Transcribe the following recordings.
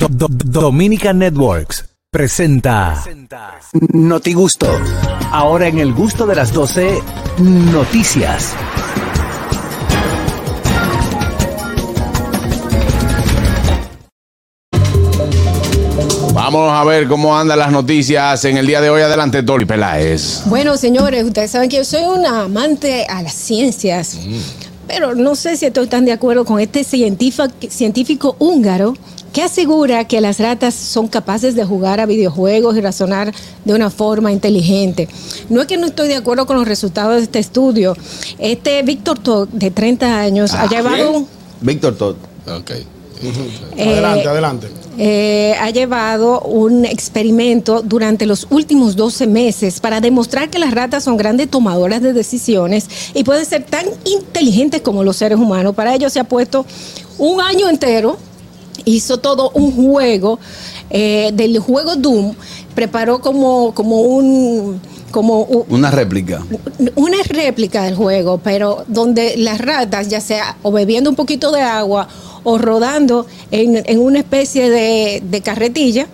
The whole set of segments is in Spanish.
Do- Do- Dominica Networks presenta Noti Gusto. Ahora en el gusto de las 12, noticias. Vamos a ver cómo andan las noticias en el día de hoy. Adelante, Toli Peláez. Bueno, señores, ustedes saben que yo soy una amante a las ciencias, pero no sé si estoy tan de acuerdo con este científa- científico húngaro que asegura que las ratas son capaces de jugar a videojuegos y razonar de una forma inteligente. No es que no estoy de acuerdo con los resultados de este estudio. Este Víctor Todd, de 30 años, Ah, ha llevado un Víctor Todd. Ok. Eh, adelante, adelante. eh, ha llevado un experimento durante los últimos 12 meses para demostrar que las ratas son grandes tomadoras de decisiones y pueden ser tan inteligentes como los seres humanos. Para ello se ha puesto un año entero, hizo todo un juego eh, del juego Doom, preparó como, como un... Como un, Una réplica. una réplica del juego, pero donde las ratas, ya sea o bebiendo un poquito de agua o rodando en, en una especie de, de carretilla,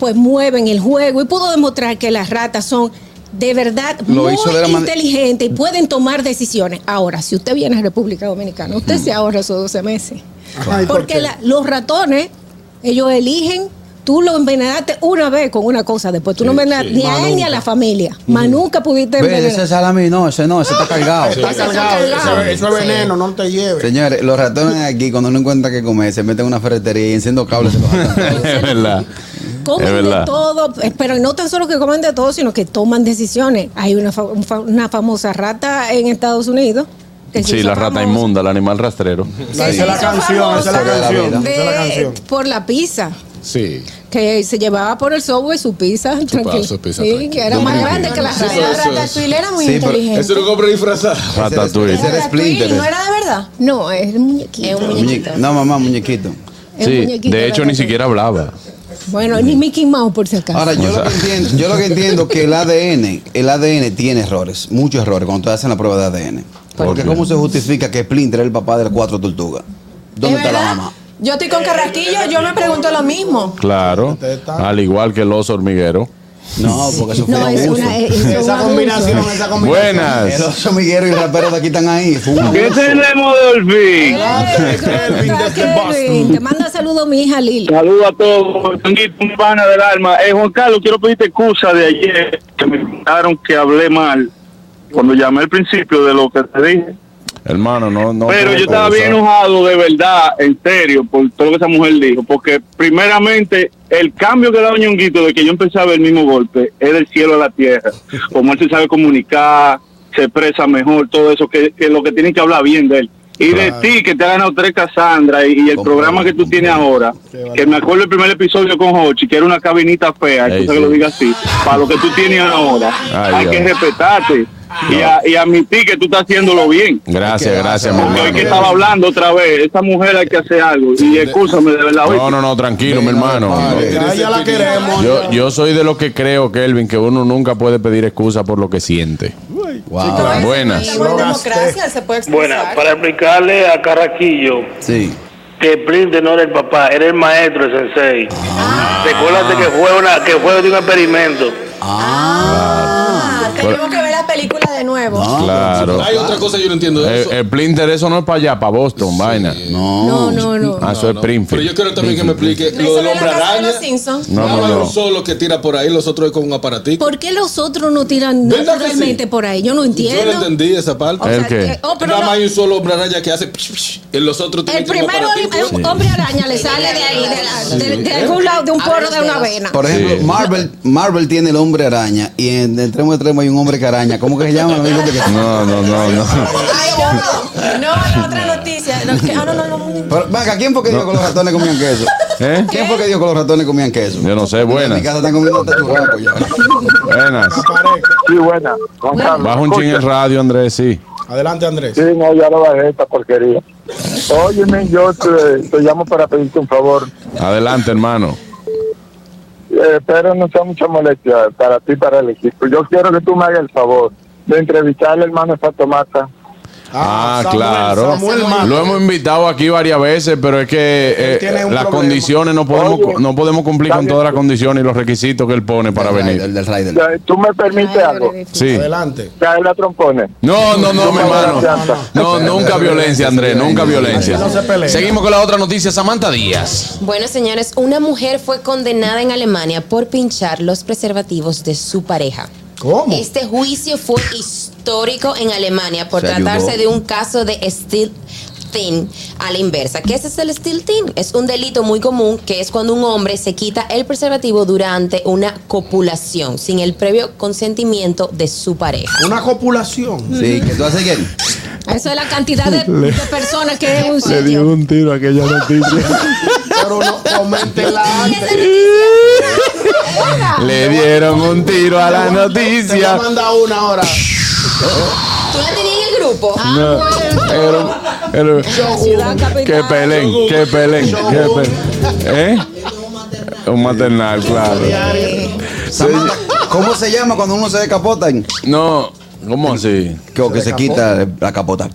pues mueven el juego y pudo demostrar que las ratas son de verdad Lo muy hizo de la mane- inteligentes y pueden tomar decisiones. Ahora, si usted viene a República Dominicana, usted se ahorra esos 12 meses. Ajá, ¿y por Porque qué? la- los ratones, ellos eligen, tú lo envenenaste una vez con una cosa, después tú no envenenaste ni a él ni a la familia. Más nunca pudiste Ven, envenenar. ese salami no, ese no, ese está cargado. Está Está cargado, cargado. eso, eso es veneno, no te lleves. Señores, los ratones aquí, cuando no encuentran qué comer, se meten en una ferretería y enciendo cables. se los atan. es verdad. Es comen de verdad. todo, eh, pero no tan solo que comen de todo, sino que toman decisiones. Hay una, fa- un fa- una famosa rata en Estados Unidos. que se Sí, hizo la rata famosa- inmunda, el animal rastrero. se Esa es la hizo canción, esa es la famosa canción. de- Esa es la canción. por la pizza. Sí. Que se llevaba por el subway su pizza, tranquila. su pizza, sí, tranquila. que era más grande que la Sí, rata. pero eso La es- ratatouille era muy Sí, pero- inteligente. Eso lo compré disfrazado. Ratatouille. Ese era Splinter. ¿No era de verdad? No, es un muñequito. Es un Muñe- No, mamá, muñequito. Es un Sí, muñequito de hecho ni ratatouille. siquiera hablaba. Bueno, ni Mickey Mouse, por si acaso. Ahora, yo lo, que entiendo, yo lo que entiendo que el ADN, el ADN tiene errores, muchos errores cuando te hacen la prueba de ADN. Porque ¿cómo se justifica que Splinter es el papá de las cuatro tortugas? ¿Dónde ¿De está la verdad? mamá? Yo estoy con Carrasquillo, yo me pregunto lo mismo. Claro. Al igual que el oso hormiguero. No, porque eso fue no, un es abuso. una. es- es un Esa abuso. combinación, esa combinación. El Buenas. oso miguero y el rapero de aquí están ahí. Fue un abuso. ¿Qué tenemos de Eh, Olfín? Hey, Kelvin ¿cómo estás, desde Boston. Kelvin? Te manda saludos mi hija Lili. Saludos a todos, Tanguito, un pana del alma. Eh, Juan Carlos, quiero pedirte excusa de ayer, que me contaron que hablé mal cuando llamé al principio de lo que te dije. Hermano, no, no. Pero creo yo que estaba usar- bien enojado, de verdad, en serio, por todo lo que esa mujer dijo. Porque, primeramente, el cambio que da Ñonguito de que yo empecé a ver el mismo golpe es del cielo a la tierra. Como él se sabe comunicar, se expresa mejor, todo eso, que, que lo que tienen que hablar bien de él. Y Claro. de ti, que te ha ganado tres Casandra y, y el Comprendo, programa que tú comprendo. tienes ahora, Qué bárbaro. que me acuerdo el primer episodio con Hochi, que era una cabinita fea, Ey, excusa que sí. lo diga así, para lo que tú tienes ahora, Ay, hay que Dios. respetarte y, a- y admitir que tú estás haciéndolo bien. Gracias, Qué gracias, mi asco. Porque hoy que hermano. estaba hablando otra vez, esa mujer hay que hacer algo. Y escúchame, de verdad. No, no, no, tranquilo, mi hermano. Vale. Ya, ya la queremos. Yo, yo soy de los que creo, Kelvin, que uno nunca puede pedir excusa por lo que siente. Wow. Buenas. Estamos Lo en democracia, se puede expresar. Bueno, para explicarle a Carraquillo Sí. que Splinter no era el papá, era el maestro, el sensei. Recuérdate que fue, una, que fue de un experimento. Ah, tenemos que ver la película de nuevo. Claro. Hay otra cosa que yo no entiendo de eso. Eh, Splinter, eso no es para allá, para Boston, vaina. No, no, no. Ah, eso Pero es yo Springfield. quiero también que me explique No, lo eso del no es hombre la casa de araña. los Simpsons. No, Nada no, más no. un solo que tira por ahí, los otros es con un aparatico. ¿Por qué los otros no tiran ¿Verdad que naturalmente sí? por ahí? Yo no Yo no entiendo. entendí esa parte. O sea, ¿El qué? que- oh, pero Nada no- más hay un solo hombre araña que hace. psh, psh, y los otros el tienen como primero aparatico. el- el hombre araña le sale de ahí, de, la- de- de algún lado, de un poro de una vena. Por ejemplo, Marvel, Marvel tiene el hombre araña y en el extremo extremo hay un hombre que araña. ¿Cómo que se llama? amigo? Que- No, no, no, no. Ay, no, no, la otra noticia. No, que- ah, no, no, no. Pero, venga, ¿quién fue que dijo que los ratones comían queso? ¿Eh? ¿Quién fue que dijo que los ratones comían queso? Yo no sé, En mi buenas. casa están comiendo hasta churrasco ya. Buenas. Sí, buena. Juan Carlos, Baja un ching el radio, Andrés, sí. Adelante, Andrés. Sí, no, ya lo bajé esta porquería. Óyeme, yo te, te llamo para pedirte un favor. Adelante, hermano. Eh, espero no sea mucha molestia para ti, para el equipo. Yo quiero que tú me hagas el favor de entrevistar al hermano Fatomata. Ah, Samuel, claro. Samuel Mato. Lo hemos invitado aquí varias veces, pero es que eh, tiene un las problema. condiciones no podemos, Oye, no podemos cumplir con también- todas las condiciones y los requisitos que él pone para Del venir. Raider, del Raider. Ya, ¿Tú me permites algo? Sí. Adelante. Trae la trompone. No, no, no, mi hermano. No, nunca violencia, Andrés, nunca violencia. No se peleen. Seguimos con la otra noticia, Samantha Díaz. Bueno, señores, una mujer fue condenada en Alemania por pinchar los preservativos de su pareja. ¿Cómo? Este juicio fue histórico en Alemania por Se ayudó. tratarse de un caso de steel thin a la inversa. ¿Qué es el steel thin? Es un delito muy común que es cuando un hombre se quita el preservativo durante una copulación sin el previo consentimiento de su pareja. Una copulación. Sí, que tú haces quién? Eso es la cantidad de, de personas que es un sitio. un tiro a aquella noticia. Pero no coméntela antes. Le dieron un tiro a la Te voy a noticia. mandar una ahora. ¿Tú la tenías en el grupo? Ah, No, era- era- Ah, Ciudad capital. que peleen, que peleen, que peleen. ¿Eh? Un maternal, claro. Samantha, ¿Cómo se llama cuando uno se descapota? Que, No, ¿cómo así? que se quita la capota.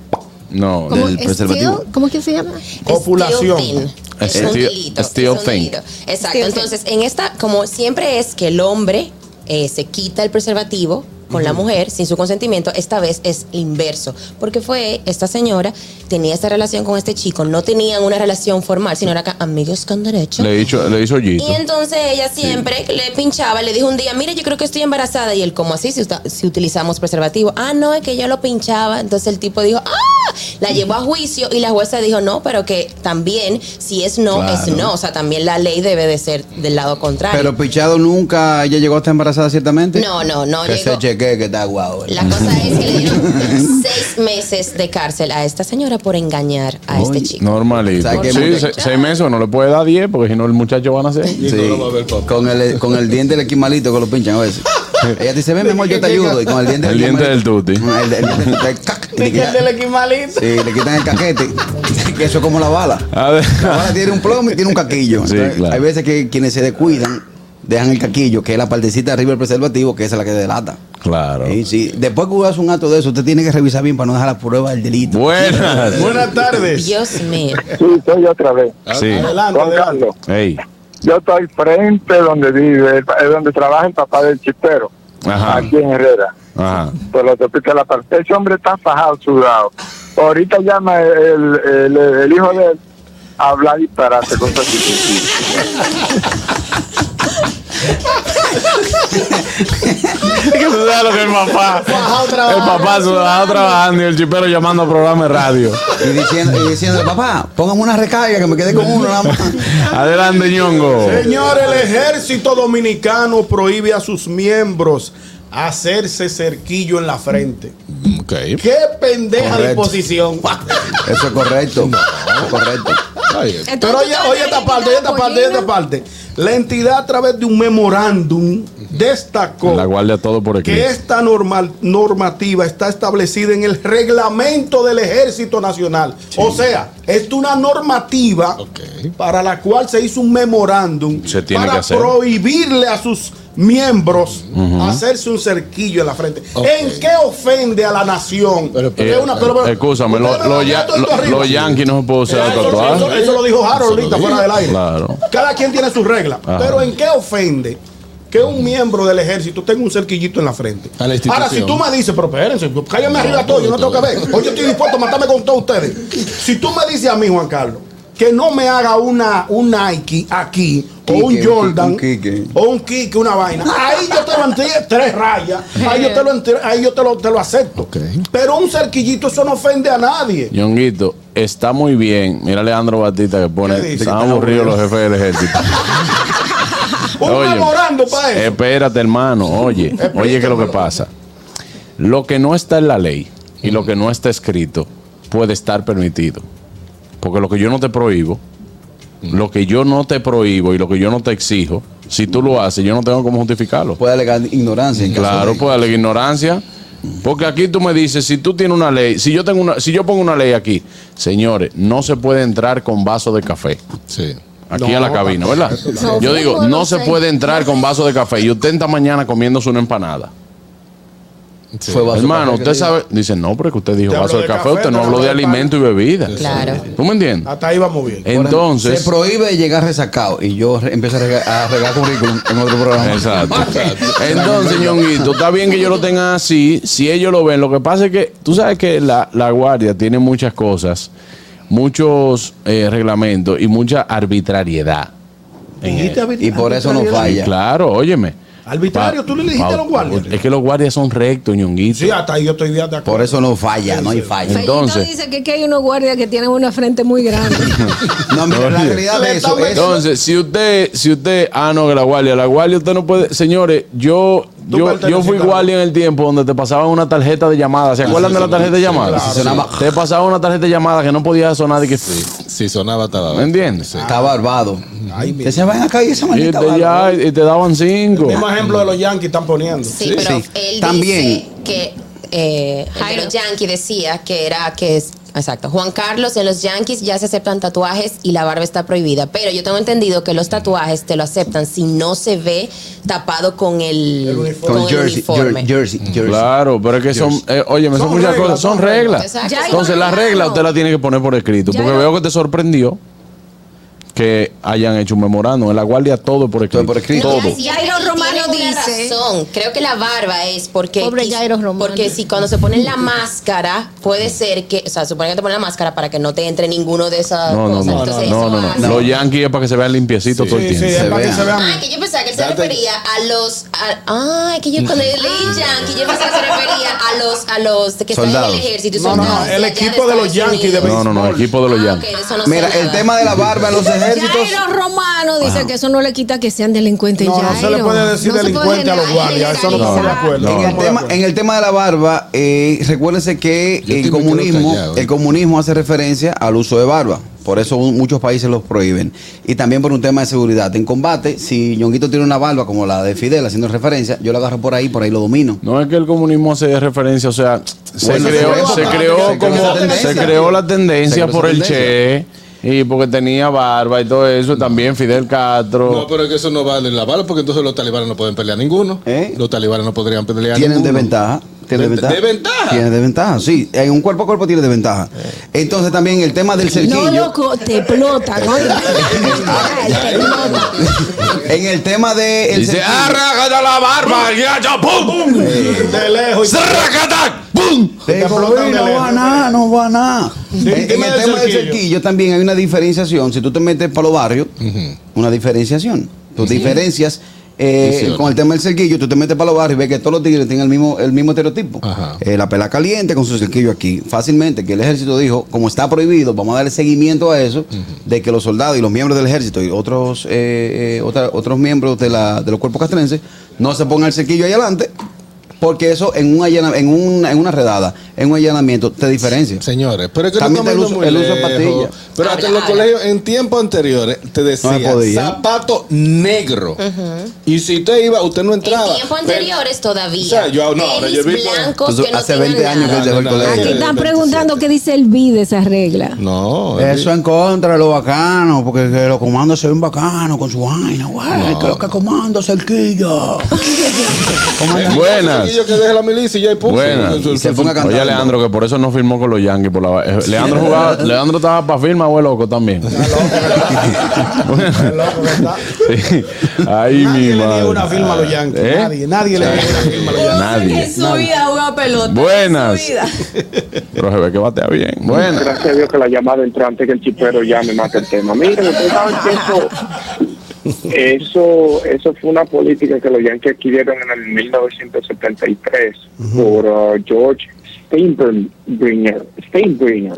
No, ¿Cómo, del es preservativo. tío? ¿Cómo es que se llama? Copulación. Steel thin. Es Steel- un hilito, steel es un thin. hilito. Exacto. Steel Entonces, en esta, como siempre es que el hombre eh, se quita el preservativo con la mujer sin su consentimiento, esta vez es inverso. Porque fue esta señora, tenía esta relación con este chico, no tenían una relación formal, sino era ca- amigos con derecho. Le hizo, le hizo hoyito. y entonces ella siempre le pinchaba, le dijo un día, mire, yo creo que estoy embarazada. Y él, como así, si, usta- si utilizamos preservativo? Ah, no, es que yo lo pinchaba. Entonces el tipo dijo, ah, la llevó a juicio y la jueza dijo, no, pero que también, si es no, es Claro. no. O sea, también la ley debe de ser del lado contrario. Pero Pichado nunca, ella llegó a estar embarazada ciertamente. no, no, no Que llegó. se chequee que está guau. La cosa es que le dieron seis meses de cárcel a esta señora por engañar a este Oye, chico. Normalito. ¿Sabes qué? Sí, se- seis meses no le puede dar diez porque si no el muchacho van a ser. Sí, con, el, con el diente del esquimalito que lo pinchan a veces. Ella te dice, ven, mi amor, yo te ayudo. Y con el diente El diente del esquimalito- tutti. El, el diente del tutti, cac, y le quita- equimalito. sí, le quitan el caquete. Que eso es como la bala. A ver. La bala tiene un plomo y tiene un caquillo. Sí, Entonces, claro. Hay veces que quienes se descuidan dejan el caquillo, que es la partecita de arriba del preservativo, que esa es la que delata. Claro. Sí, sí. Después que usas un acto de eso, usted tiene que revisar bien para no dejar la prueba del delito. Buenas. Buenas tardes. Dios mío. Sí, soy yo otra vez. Sí. Adelante, Juan adelante. Carlos, Ey. yo estoy frente donde vive, es donde trabaja el papá del chistero, Ajá. aquí en Herrera. Ajá. Por la autopista de la parte. Ese hombre está fajado, sudado. Ahorita llama el, el- el hijo de él a hablar y pararse con Es que tú sabes lo que el papá. Fajado El trabajando. papá sudado trabajando y el chipero llamando a programa de radio. Y diciendo, y diciendo, papá, póngame una recarga que me quedé con uno nada más. Adelante, ñongo. Señor, el ejército dominicano prohíbe a sus miembros hacerse cerquillo en la frente. Ok. ¡Qué pendeja Correcto. disposición! Eso es correcto. Eso es correcto. Pero oye, oye esta parte, oye esta parte, oye esta parte. La entidad a través de un memorándum destacó La guardia todo por aquí. que esta normal, normativa está establecida en el reglamento del Ejército Nacional. O sea, es una normativa para la cual se hizo un memorándum Se tiene para que hacer. prohibirle a sus miembros hacerse un cerquillo en la frente. ¿En qué ofende a la nación? Que una- pero- pero- Eh, Escúchame, ustedes los me lo van ya- dando esto lo- arriba. los yankees no se puede usar el Eso, tatuaje. eso- eso lo dijo Harold ahorita fuera del aire. Claro. Cada quien tiene sus reglas. Ajá. Pero ¿en qué ofende que un miembro del ejército tenga un cerquillito en la frente? A la institución. Ahora, si tú me dices, pero espérense, pues, cállame arriba todo, yo no tengo que ver. Hoy yo estoy dispuesto a matarme con todos ustedes. Si tú me dices a mí, Juan Carlos, que no me haga una, un Nike aquí, o un Quique, Jordan, un Quique. o un Kike, una vaina. Ahí yo te lo entregué tres rayas. Ahí yo te lo, entre- ahí yo te lo, te lo acepto. Pero un cerquillito, eso no ofende a nadie. Yonguito, está muy bien. Mira a Leandro Batista que pone. ¿Qué dice? Están aburridos los jefes del ejército. Un Oye, memorando para eso. Espérate, hermano. Oye, oye, que lo que pasa. Lo que no está en la ley y lo que no está escrito puede estar permitido. Porque lo que yo no te prohíbo, lo que yo no te prohíbo y lo que yo no te exijo, si tú lo haces, yo no tengo cómo justificarlo. Puede alegar ignorancia Pues, en caso Claro, de- pues la ignorancia. Porque aquí tú me dices, si tú tienes una ley, si yo tengo una, si yo pongo una ley aquí, señores, no se puede entrar con vaso de café. Sí. Aquí a la cabina, ¿verdad? Yo digo, no se puede entrar con vaso de café. Y usted está mañana comiéndose una empanada. Fue vaso Hermano, café que usted le dijo. sabe. Dice, no, pero que usted dijo Te vaso habló de de café, café, usted te no habló habló de de alimento y bebida. Claro. ¿Tú me entiendes? Hasta Ah, ahí vamos bien. Entonces. Se prohíbe llegar resacado y yo re- empiezo a rega- a regar currículum en otro programa. Exacto. Entonces, ñonguito, está bien que ellos lo tengan así, si ellos lo ven. Lo que pasa es que tú sabes que la, la guardia tiene muchas cosas, muchos eh, reglamentos y mucha arbitrariedad. en Dijiste él. arbit- Y por eso no arbitrariedad. Sí, falla. claro, óyeme. Ah, Arbitrario, tú le dijiste a los guardias. Es que los guardias son rectos, ñonguito. Sí, hasta ahí yo estoy de acuerdo. Por eso no falla, no hay falla. Entonces- Entonces, dice que, que hay unos guardias que tienen una frente muy grande. No, mira, la realidad de eso es. Entonces, si usted, si usted, ah, no, que la guardia, la guardia usted no puede, señores, yo, Tú yo, perteneces yo fui a la- guardia en el tiempo donde te pasaban una tarjeta de llamada, ¿se acuerdan de la tarjeta de llamada? claro. Sonaba- Te pasaba una tarjeta de llamada que no podía sonar de que, Si sonaba, estaba. ¿me entiendes? Está barbado. Ay, mira. Que se vayan acá y esa Y maldita te, barba. ya- y te daban cinco. Mismo ejemplo de los Yankees están poniendo. Sí, pero sí. él También. dice que eh, el de Jairo. los Yankees decía que era que es exacto. Juan Carlos en los Yankees ya se aceptan tatuajes y la barba está prohibida, pero yo tengo entendido que los tatuajes te lo aceptan si no se ve tapado con el, El uniforme. Con con el jersey, uniforme. jer- jersey, jersey. Claro, pero es que son, eh, oye, me son, Son muchas reglas, cosas, son son reglas. reglas. Exacto. Entonces, las reglas usted las tiene que poner por escrito, Ya porque lo- veo que te sorprendió que hayan hecho un memorando. En la guardia todo por escrito. Todo por escrito. Pero Todo. Jairo- Jairo Tiene Romano una dice. razón. Creo que la barba es porque. Pobre quis- Jairo Romano. Porque si cuando se ponen la máscara, puede ser que. O sea, supone que te ponen la máscara para que no te entre ninguno de esas No, no, cosas. no, Entonces, no, eso no, no. hace- Los Yankees es para que se vean limpiecitos todo el Sí, sí, tiempo. es Se para que vean. se Ay, vean. que yo pensaba que él se Date- refería a los. a- ay, que yo cuando leí Yankee, yo pensaba que se refería a los, a los que Soldados. están en el ejército. y No, no, soldados de el allá equipo de los Estados Yankees de Unidos. béisbol. No, no, no, equipo de los Ah, ok, Yankees. de eso no sé Mira, el nada. tema de la barba en los ejércitos. Jairo Romano dice que eso no le quita que sean delincuentes. No, no se le Jairo. puede decir No se puede delincuente a los general- guardias. Eso no estamos de generalizar. acuerdo. en, el Estamos de tema, acuerdo. en el tema de la barba, eh, recuérdense que Yo estoy el muy comunismo, callado, eh. el comunismo hace referencia al uso de barba. Por eso un- muchos países los prohíben. Y también por un tema de seguridad. En combate, si Ñonguito tiene una barba como la de Fidel, haciendo referencia, yo la agarro por ahí, por ahí lo domino. No es que el comunismo hace referencia, o sea, se Bueno, creó, se se creó- se creó creó como esa tendencia. se creó la tendencia Se creó por el esa Che y porque tenía barba y todo eso, también Fidel Castro. No, pero es que eso no vale la bala porque entonces los talibanes no pueden pelear ninguno. ¿Eh? Los talibanes no podrían pelear Tienen ninguno. desventaja. Tienen De- desventaja. desventaja. Tienen desventaja, sí. En un cuerpo a cuerpo tiene desventaja. Eh. Entonces también el tema del cerquillo. No, loco, te explota, ¿no? Te explota. En el tema de el "Ah, Dice, "Ah, cerquillo. "Ah, arrágata la barba, ya, ya, pum, pum, eh, De lejos. Zracatac, pum. Te Te explotan voy, de no lejos. va a nada, no va a nada. Eh, Sí, en, en dime el del tema del cerquillo. cerquillo también hay una diferenciación. Si tú te metes para los barrios, una diferenciación. Tú diferencias eh, Funciona. con el tema del cerquillo, tú te metes para los barrios y ves que todos los tigres tienen el mismo, el mismo estereotipo. Ajá. Eh, la pela caliente con su cerquillo aquí. Fácilmente, que el ejército dijo, como está prohibido, vamos a darle seguimiento a eso, de que los soldados y los miembros del ejército y otros eh, eh, otra- otros miembros de, la, de los cuerpos castrenses no se pongan el cerquillo ahí adelante. Porque eso en, un allana- en, una, en una redada, en un allanamiento, te diferencia. Señores, pero es que También no el me uso- el uso de patilla. Pero hasta en los Habla, colegios, en tiempos anteriores, te decían podía. zapato negro. Y si usted iba, usted no entraba. En tiempos Pero- anteriores todavía. O sea, yo- no, ahora yo vi- Tenis blancos Entonces, que no hace tengan 20 años que nada. él llegó al No, no, no. colegio. Aquí están preguntando qué dice el BI de esa regla. No, Eso en contra de los bacanos, porque que los comandos se ven bacanos con su vaina, güey. Que los que comando cerquillo. Buenas. Y yo que deje la milicia y ya hay pues, punto. Buenas. Eso- Y se eso- ponga a cantar. Oye, Leandro, que por eso no firmó con los Yankees. Por la... ba- eh, Leandro, jugaba, Leandro estaba para firma, güey, loco también. Está loco, ¿verdad? Sí. Ay, Nadie mi le dio madre. una firma a Ah, los Yankees. ¿Eh? Nadie, nadie le dio una firma a los Yankees. Que Nadie. en su vida juega pelota. Buenas. En su vida. Pero se ve que batea bien. Buenas. Gracias a Dios que la llamada entró antes que el chipero ya me mate el tema. Miren, ustedes saben que eso, eso, eso fue una política que los Yankees adquirieron en el 1973 por ah, George Steinbringer. Steinbringer.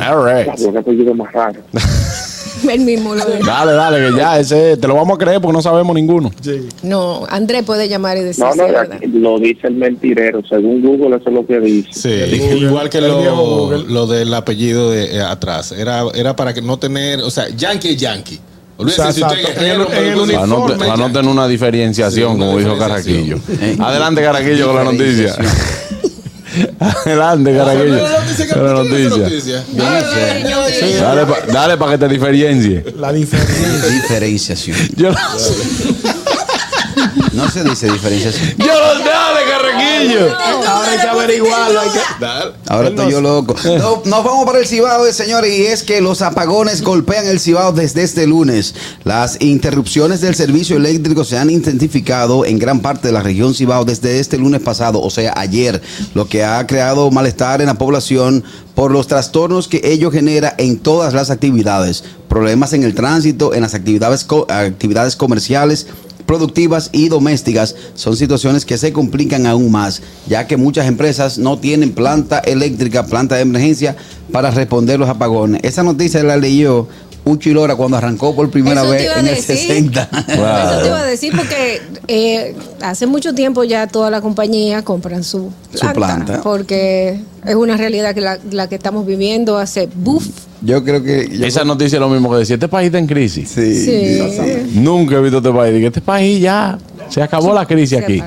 All right. Diablo, qué apellido más raro. El mismo lo de- Dale, dale, que ya, ese te lo vamos a creer porque no sabemos ninguno. No, Andrés puede llamar y decir. No, si no, es verdad. lo dice el mentirero. Según Google, eso es lo que dice. Sí, igual que el viejo lo, Google. lo del apellido de eh, atrás. Era, era para que no tener, o sea, Yankee es Yankee. Olvídese O sea, si usted exacto. es guerrero, En el- en el pero Para no, uniforme te- es para no Yankee. tener una diferenciación, Sí, una como dijo Carraquillo. diferenciación. Adelante, Carraquillo, con la noticia. Adelante, Pero Carraquillo. la noticia que- Con ¿qué la es la noticia. noticia? Dale para que te diferencie. La diferencia. diferenciación. Yo, no- No se dice diferenciación. yo no- dale, Carraquillo. Corillo. Ahora hay que averiguarlo. Hay que... Ahora estoy yo loco. No, nos vamos para el Cibao, eh, señores, y es que los apagones golpean el Cibao desde este lunes. Las interrupciones del servicio eléctrico se han intensificado en gran parte de la región Cibao desde este lunes pasado, o sea, ayer, lo que ha creado malestar en la población por los trastornos que ello genera en todas las actividades, problemas en el tránsito, en las actividades, co- actividades comerciales, productivas y domésticas son situaciones que se complican aún más, ya que muchas empresas no tienen planta eléctrica, planta de emergencia para responder los apagones. Esa noticia la leyó Uchi Lora cuando arrancó por primera Eso te vez iba a en el decir. 60. Eso te iba a decir porque eh, hace mucho tiempo ya toda la compañía compran su Su planta, planta. porque es una realidad que la, la que estamos viviendo hace buff. Yo creo que Esa noticia es lo mismo que decir, este país está en crisis. Sí. Nunca he visto este país. Dije, Este país ya se acabó la crisis aquí.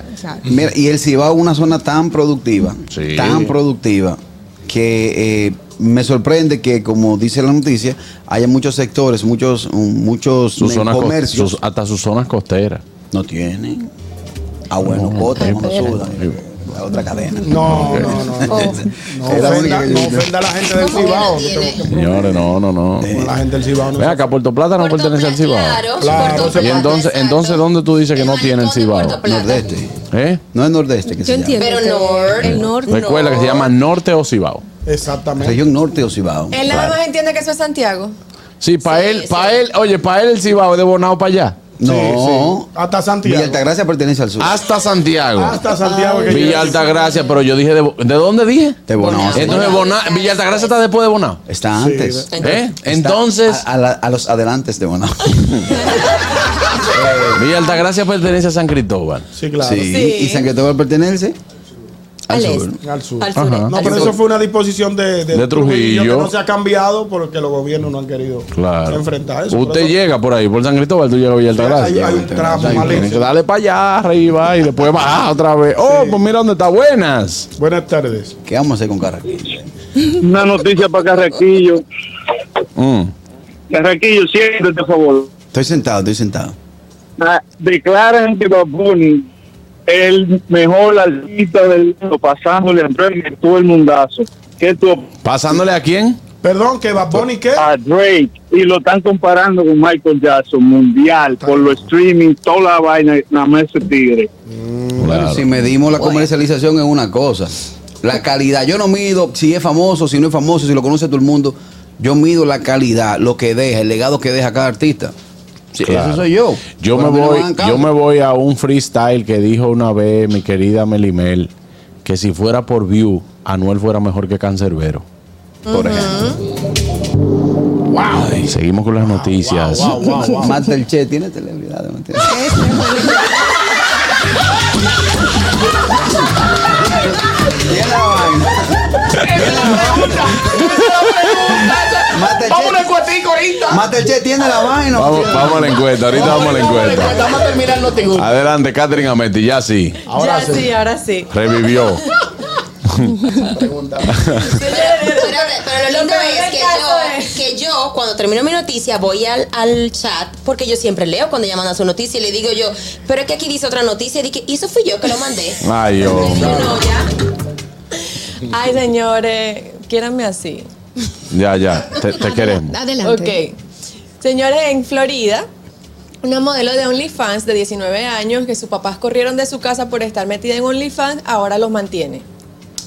Mira, y el Cibao es una zona tan productiva, Sí. tan productiva, que eh, me sorprende que, como dice la noticia, haya muchos sectores, muchos, um, muchos Sus zonas co- comercios. sus- hasta sus zonas costeras. No tienen. Ah, bueno, Cota, ok. Monosuda, eh, la otra cadena. No, no, no. No, no Es la única ofenda, que yo no he visto. ofenda a la gente del Cibao. no te- Señores, no, no, no. Eh, La gente del Cibao no Ven acá, Puerto Plata no pertenece al Cibao. Claro, Claro, Puerto se Y Plata, entonces, exacto. entonces ¿dónde tú dices que no tiene el Cibao? Puerto Plata. Nordeste. ¿Eh? No es nordeste que Yo se llama. entiendo. Pero que Nor- el norte. Recuerda que se llama Norte o Cibao. Exactamente. Región norte o Cibao. Él nada más entiende que eso es Santiago. Sí, para Sí, él, sí. para él, oye, para él el Cibao es de Bonao para allá. No. sí. Hasta Santiago. Ah, Villa Altagracia pertenece al sur. Hasta Santiago. Hasta Santiago. que Villa llega. Altagracia, pero yo dije de, Bo- ¿de dónde dije? De Bonao. Entonces Bona- Villa Altagracia está después de Bonao. Está antes. ¿Eh? Está Entonces, A, a la- a los adelantes de Bonao. eh, Villa Altagracia pertenece a San Cristóbal. Sí, claro. Sí. Y San Cristóbal pertenece al Al sur. este. Al sur. Al sur. Ajá. No, Al pero sur. eso fue una disposición de, De Trujillo. que no se ha cambiado porque los gobiernos no han querido Claro. enfrentar eso. Usted Por eso- llega por ahí, por San Cristóbal, tú llegas a Villa Hay, Altagracia. hay un tramo, Ay, Valencia. tiene que darle para allá arriba y después bajar otra vez. Oh, pues mira dónde está. Buenas. Buenas tardes. ¿Qué vamos a hacer con Caracas? Una noticia para Carraquillo. Mm. Carraquillo, siéntete, por favor. Estoy sentado, estoy sentado. Ah, Declaran que Bad Bunny es el mejor artista del mundo, pasándole a Drake todo el mundazo. Que tú ¿Pasándole a quién? Perdón, que Bad Bunny, ¿qué? a Drake y lo están comparando con Michael Jackson, mundial, por los streaming, toda la vaina, nada más ese tigre. Claro. Si medimos la comercialización es una cosa. La calidad. Yo no mido si es famoso, si no es famoso, si lo conoce todo el mundo. Yo mido la calidad, lo que deja, el legado que deja cada artista. Sí, Claro. Eso soy yo. Yo Pero me, a mí no voy, dan yo cambio. me voy a un freestyle que dijo una vez mi querida Melimel que si fuera por view, Anuel fuera mejor que Cancerbero. Por ejemplo. Ay, seguimos con las noticias. Mata el Che, tiene celebridad. ¿no entiendes? ¿Qué es la vaina? Mata el Che. Mata el Che, tiene la vaina. Vamos, vamos a la encuesta, ahorita vamos a la encuesta. Vamos a terminar no te gusta. Adelante, Catherine Ametti, ya sí, ya sí. ahora sí. revivió. Pero, pero lo lindo es que yo, que yo, cuando termino mi noticia, voy al, al chat, porque yo siempre leo cuando llaman a su noticia y le digo yo, pero es que aquí dice otra noticia, y dije, y eso fui yo que lo mandé. Ay, Y hombre. no, ya. Ay, señores, quiéranme así. Ya, ya, te, te queremos. Ok. Adelante. Señores, en Florida, una modelo de OnlyFans de 19 años que sus papás corrieron de su casa por estar metida en OnlyFans, ahora los mantiene.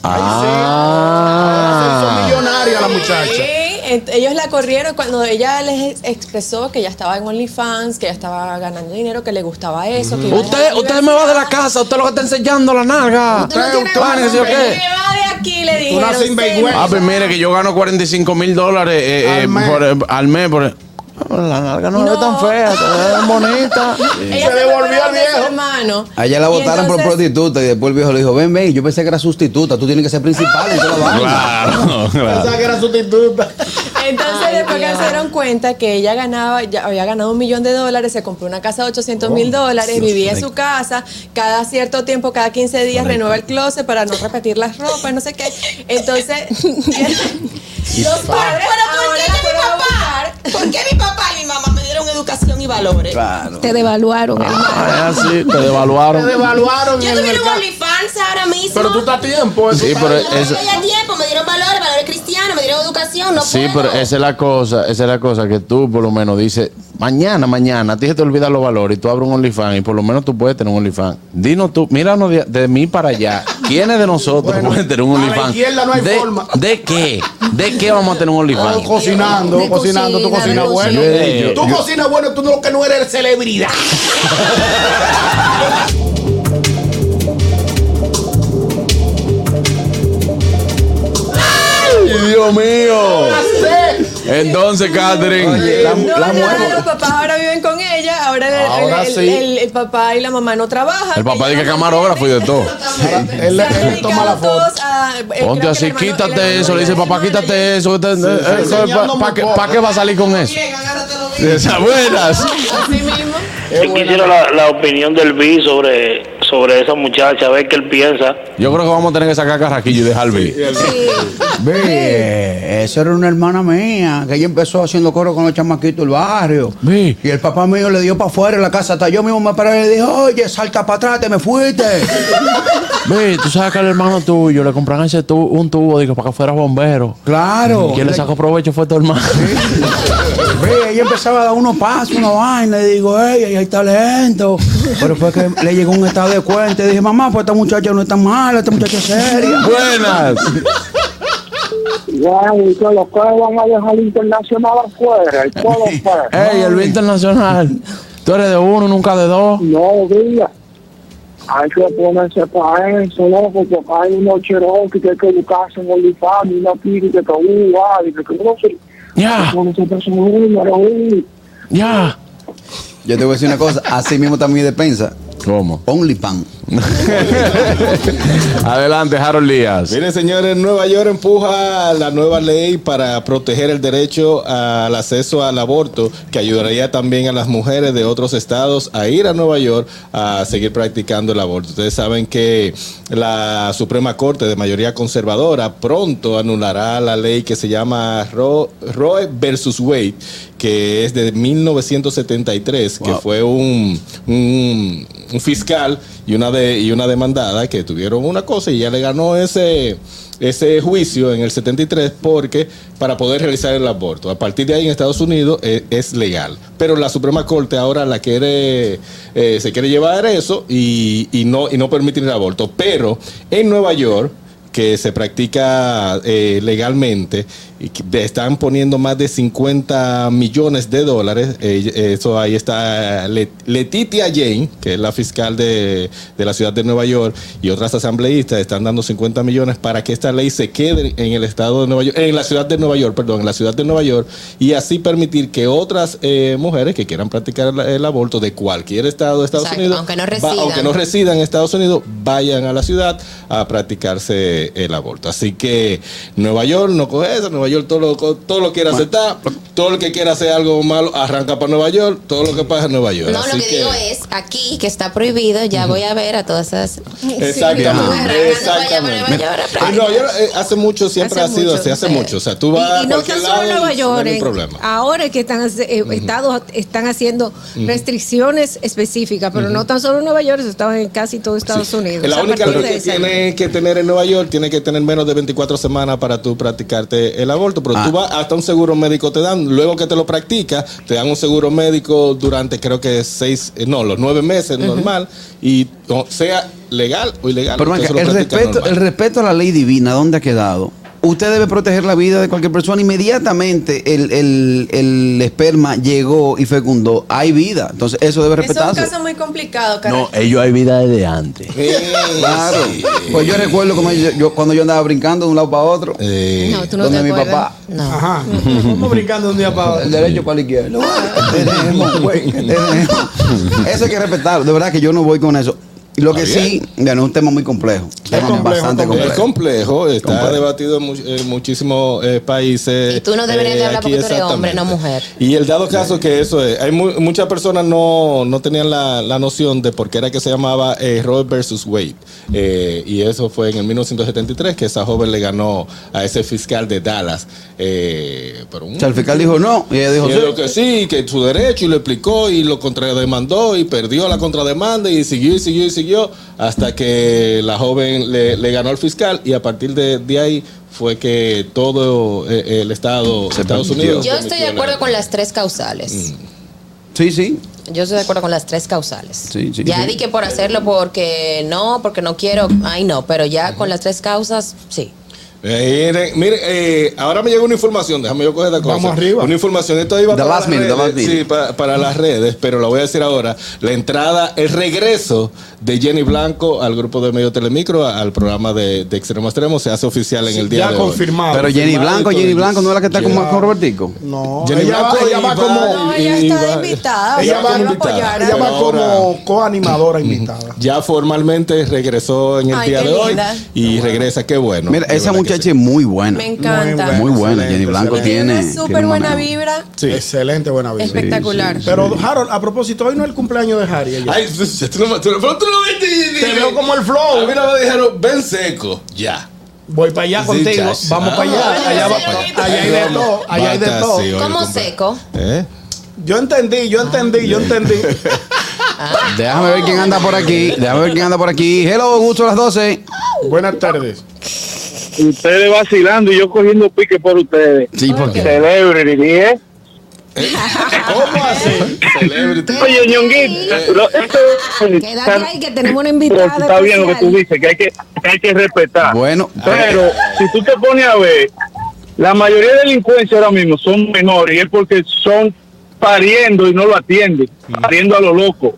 Son Ah, millonaria la muchacha. Sí, ent- ellos la corrieron cuando ella les expresó que ya estaba en OnlyFans, que ya estaba ganando dinero, que le gustaba eso. que iba a dejar usted, la usted me va de la universidad. casa, usted lo que está enseñando la nalga. Usted no tiene Usted, madre. que sé yo qué. Me va de aquí, le dije. Una sinvergüenza. Ah, pues mire que yo gano 45 mil dólares eh, eh, Al mes. por, eh, al mes. por- Ah, pero la nalga no, es No. tan fea, es bonita. Ella Se se devolvió devolvió al al viejo. hermano. Allá la Y votaron por entonces- prostituta y después el viejo le dijo, ven, ven, yo pensé que era sustituta, tú tienes que ser principal en toda la vaina. Claro, Pensaba que era sustituta. Entonces, Ay, después que Dios. se dieron cuenta que ella ganaba, ya había ganado un millón de dólares, se compró una casa de 800 mil dólares, vivía en su casa, cada cierto tiempo, cada 15 días, renueva el closet para no repetir las ropas, no sé qué. Entonces, los padres Pero ¿por ahora la qué mi fueron a papá? buscar. ¿Por qué mi papá y mi mamá me dieron educación y valores. Claro. Te devaluaron. Ah, es así, te devaluaron. Te devaluaron Yo en el tuviera un mercado. OnlyFans ahora mismo. Pero tú estás a tiempo. eso Sí, está- pero Yo no eso- tenía tiempo, me dieron valores, valores cristianos, me dieron educación, no Sí, puedo. pero esa es la cosa, esa es la cosa que tú por lo menos dices, mañana, mañana, a ti se te olvidan los valores y tú abres un OnlyFans y por lo menos tú puedes tener un OnlyFans. Dinos tú, míranos de, de mí para allá, ¿quiénes de nosotros Bueno, pueden tener un a la OnlyFans? izquierda no hay ¿De, forma. ¿De qué? ¿De qué vamos a tener un Tú OnlyFans? cocinando, De cocinando, tú cocina, de cocinas bueno. Yo he dicho- tú cocinas bueno, tú no que no eres celebridad. ¡Ay, Dios mío! Sí. Entonces, Catherine. la, No, la no, mujer- no, los papás ahora viven con ella, ahora el, el- Ahora el- sí. el- el papá y la mamá no trabajan. El papá Ella dice no- camarógrafo y de todo. Exactamente. Él- Se han él dedicado toma la foto. todos a- eh, creo que Ponte el así, hermano- el hermano quítate eso. Le dice, de la papá, hermana quítate eso. Eh, enseñando muy ¿Para poco. qué va a salir con eso? Esas buenas. Así mismo. Yo quisiera la, la opinión del B sobre, sobre esa muchacha, a ver qué él piensa. Yo creo que vamos a tener que sacar carraquillo y dejar vivir. Ve, esa era una hermana mía, que ella empezó haciendo coro con los chamaquitos del barrio. Ve. Y el papá mío le dio para afuera en la casa, hasta yo mismo me paré y le dije, oye, salta para atrás, te me fuiste. Ve, tú sabes que al hermano tuyo le compraron ese tu- un tubo digo, para que fuera bombero. claro. Quien le sacó provecho fue tu hermano. Ve, ella empezaba a dar unos pasos, una vaina, y digo, ey, ahí hay talento. Pero fue que le llegó un estado de cuenta y dije, mamá, pues esta muchacha no es tan mala, esta muchacha es seria. Buenas. Guau, y que los cuales van a dejar internacional afuera, el pueblo afuera. Ey, el B internacional. Tú eres de uno, nunca de dos. No, diga. Hay que ponerse para eso, loco, porque hay unos cherokees que é hay que educarse en OnlyFans, y unos tigres que uh, guau, y que no sé. Ya, Son esas personas número uno. ya. Yo te voy a decir una cosa, así mismo también defensa, ¿Cómo? OnlyFans. Adelante, Harold Díaz. Miren, señores, Nueva York empuja la nueva ley para proteger el derecho al acceso al aborto, que ayudaría también a las mujeres de otros estados a ir a Nueva York a seguir practicando el aborto. Ustedes saben que la Suprema Corte de mayoría conservadora pronto anulará la ley que se llama Ro- Roe versus Wade, que es de 1973, que fue un, un- un fiscal y una de y una demandada que tuvieron una cosa y ya le ganó ese ese juicio en el 73 porque para poder realizar el aborto. A partir de ahí en Estados Unidos eh, es, legal. Pero la Suprema Corte ahora la quiere eh, se quiere llevar eso y, y no y no permitir el aborto. Pero en Nueva York que se practica eh, legalmente y que de- están poniendo más de 50 millones de dólares. Eh, eh, eso ahí está Le- Letitia Jane, que es la fiscal de, de la ciudad de Nueva York, y otras asambleístas están dando 50 millones para que esta ley se quede en el estado de Nueva York, en la ciudad de Nueva York, perdón, en la ciudad de Nueva York, y así permitir que otras eh, mujeres que quieran practicar el, el aborto de cualquier estado de Estados Exacto, Unidos, aunque no va- residan. aunque no residan en Estados Unidos vayan a la ciudad a practicarse el aborto. Así que Nueva York no coge eso, Nueva York todo lo, co- todo lo quiere aceptar, todo el que quiera hacer algo malo arranca para Nueva York, todo lo que pasa en Nueva York. No, Así lo que, digo es, aquí que está prohibido, ya voy a ver a todas esas. Exactamente, Sí, exactamente. Nueva York, Nueva York, En Nueva York eh, hace mucho siempre Hace ha sido mucho, así, hace sí. mucho. O sea, tú Y- vas y, a no cualquier tan solo en lado Nueva y no hay York. ningún en- problema. Ahora que están, hace- eh, estados están haciendo restricciones específicas, pero no tan solo en Nueva York, eso estaba en casi todo Estados Unidos. La A única ley partir de que esa- tienes que tener en Nueva York tiene que tener menos de 24 semanas para tú practicarte el aborto, pero Ah. tú vas hasta un seguro médico te dan, luego que te lo practicas, te dan un seguro médico durante creo que seis, eh, no, los nueve meses normal, y o sea legal o ilegal. Pero usted Maca, se lo el practica respeto, normal. el respeto a la ley divina, ¿dónde ha quedado? Usted debe proteger la vida de cualquier persona. Inmediatamente el, el- el esperma llegó y fecundó. Hay vida. Entonces, eso debe Es un respetarse. caso muy complicado, No, carajo. ellos hay vida desde antes. Eh, Claro. Pues yo recuerdo como yo, yo- cuando yo andaba brincando de un lado para otro. eh, No, tú no donde te mi acuerdas. papá. No. Ajá. Vamos brincando de un día para El otro. derecho para la izquierda. Tenemos, pues, güey, tenemos. Eso hay que respetarlo. De verdad que yo no voy con eso. Lo que sí, bueno, es un tema muy complejo. Temas bastante Es complejos. complejo, está Complejo. debatido en, much- en muchísimos eh, países. eh, Y tú no deberías de hablar aquí porque tú eres hombre, exactamente. no mujer. Y el dado caso que eso es, hay mu- muchas personas no, no tenían la, la noción de por qué era que se llamaba eh, Roe versus Wade. Eh, y eso fue en el 1973 que esa joven le ganó a ese fiscal de Dallas. Eh, pero un- O sea, el fiscal dijo no, y ella dijo y sí. él dijo que sí, que su derecho, y lo explicó, y lo contrademandó, y perdió la contrademanda, y siguió, y siguió, y siguió, hasta que la joven le, le ganó al fiscal, y a partir de, de ahí fue que todo eh, el Estado, Estados Unidos. Yo estoy de permitió la- acuerdo con las tres causales. Sí, sí. Yo estoy de acuerdo con las tres causales. Sí, sí, ya sí. di que por hacerlo porque no, porque no quiero, ay no, pero ya con las tres causas, sí. Eh, Miren, miren, eh, ahora me llega una información, déjame yo coger la cosa. Vamos arriba. Una información, esto iba The para las last minute, the redes, last minute. sí, para, para las redes, pero la voy a decir ahora. La entrada, el regreso de Jenny Blanco al grupo de Medio Telemicro, a- al programa de, de Extremo a Extremo, se hace oficial en el día ya de confirmado. Pero Ah, Jenny pues, Firmado y Blanco, todo. Jenny Blanco, ¿no es la que está con, Yeah. con Robertico? No, hoy. Jenny ella va, Blanco ella va y como, No, ella y está va- invitada, ella va, Ella va a invitada, apoyar a- ella va pero ahora- como coanimadora invitada. Ya formalmente regresó en el Ay, día qué de hoy linda. y regresa, qué bueno. Mira, de verdad esa que muchacha sí. es muy buena. Me encanta. Muy buena. Excelente, Jenny Blanco excelente. tiene. Tiene una tiene súper buena manejo. vibra. Sí. Excelente, buena vida. Espectacular. Pero Harold, a propósito, hoy no es el cumpleaños de Harry. ella. Ay, tú no, tú no- pero tú no viste y dije- Te veo como el flow. A mí no Oh, me dijeron, ven seco, ya. Voy para allá Sí, contigo. chacho. Vamos para allá. Ah, Allá, va- sí, bonito. allá hay de todo. Allá hay de Bata, todo. sí, oye, ¿Cómo compa- seco? ¿Eh? Yo entendí, yo entendí, yo entendí. Déjame ver quién anda por aquí. Déjame ver quién anda por aquí. Hello, gusto a las 12. Buenas tardes. Ustedes vacilando y yo cogiendo pique por ustedes. Sí, porque. Celebrity, ¿eh? dije. ¿Cómo así? Celebrity. Oye, Ñonguito, lo- esto Quédate está, ahí que tenemos una pero invitada. está bien lo que tú dices, especial. que hay que, que hay que respetar. Bueno, Pero si tú te pones a ver, la mayoría de delincuencia ahora mismo son menores y es porque son pariendo y no lo atienden, pariendo a lo loco.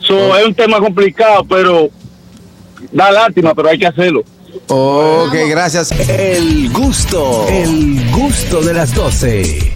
So, Es un tema complicado, pero da lástima, pero hay que hacerlo. ok, gracias. El gusto, el gusto de las 12.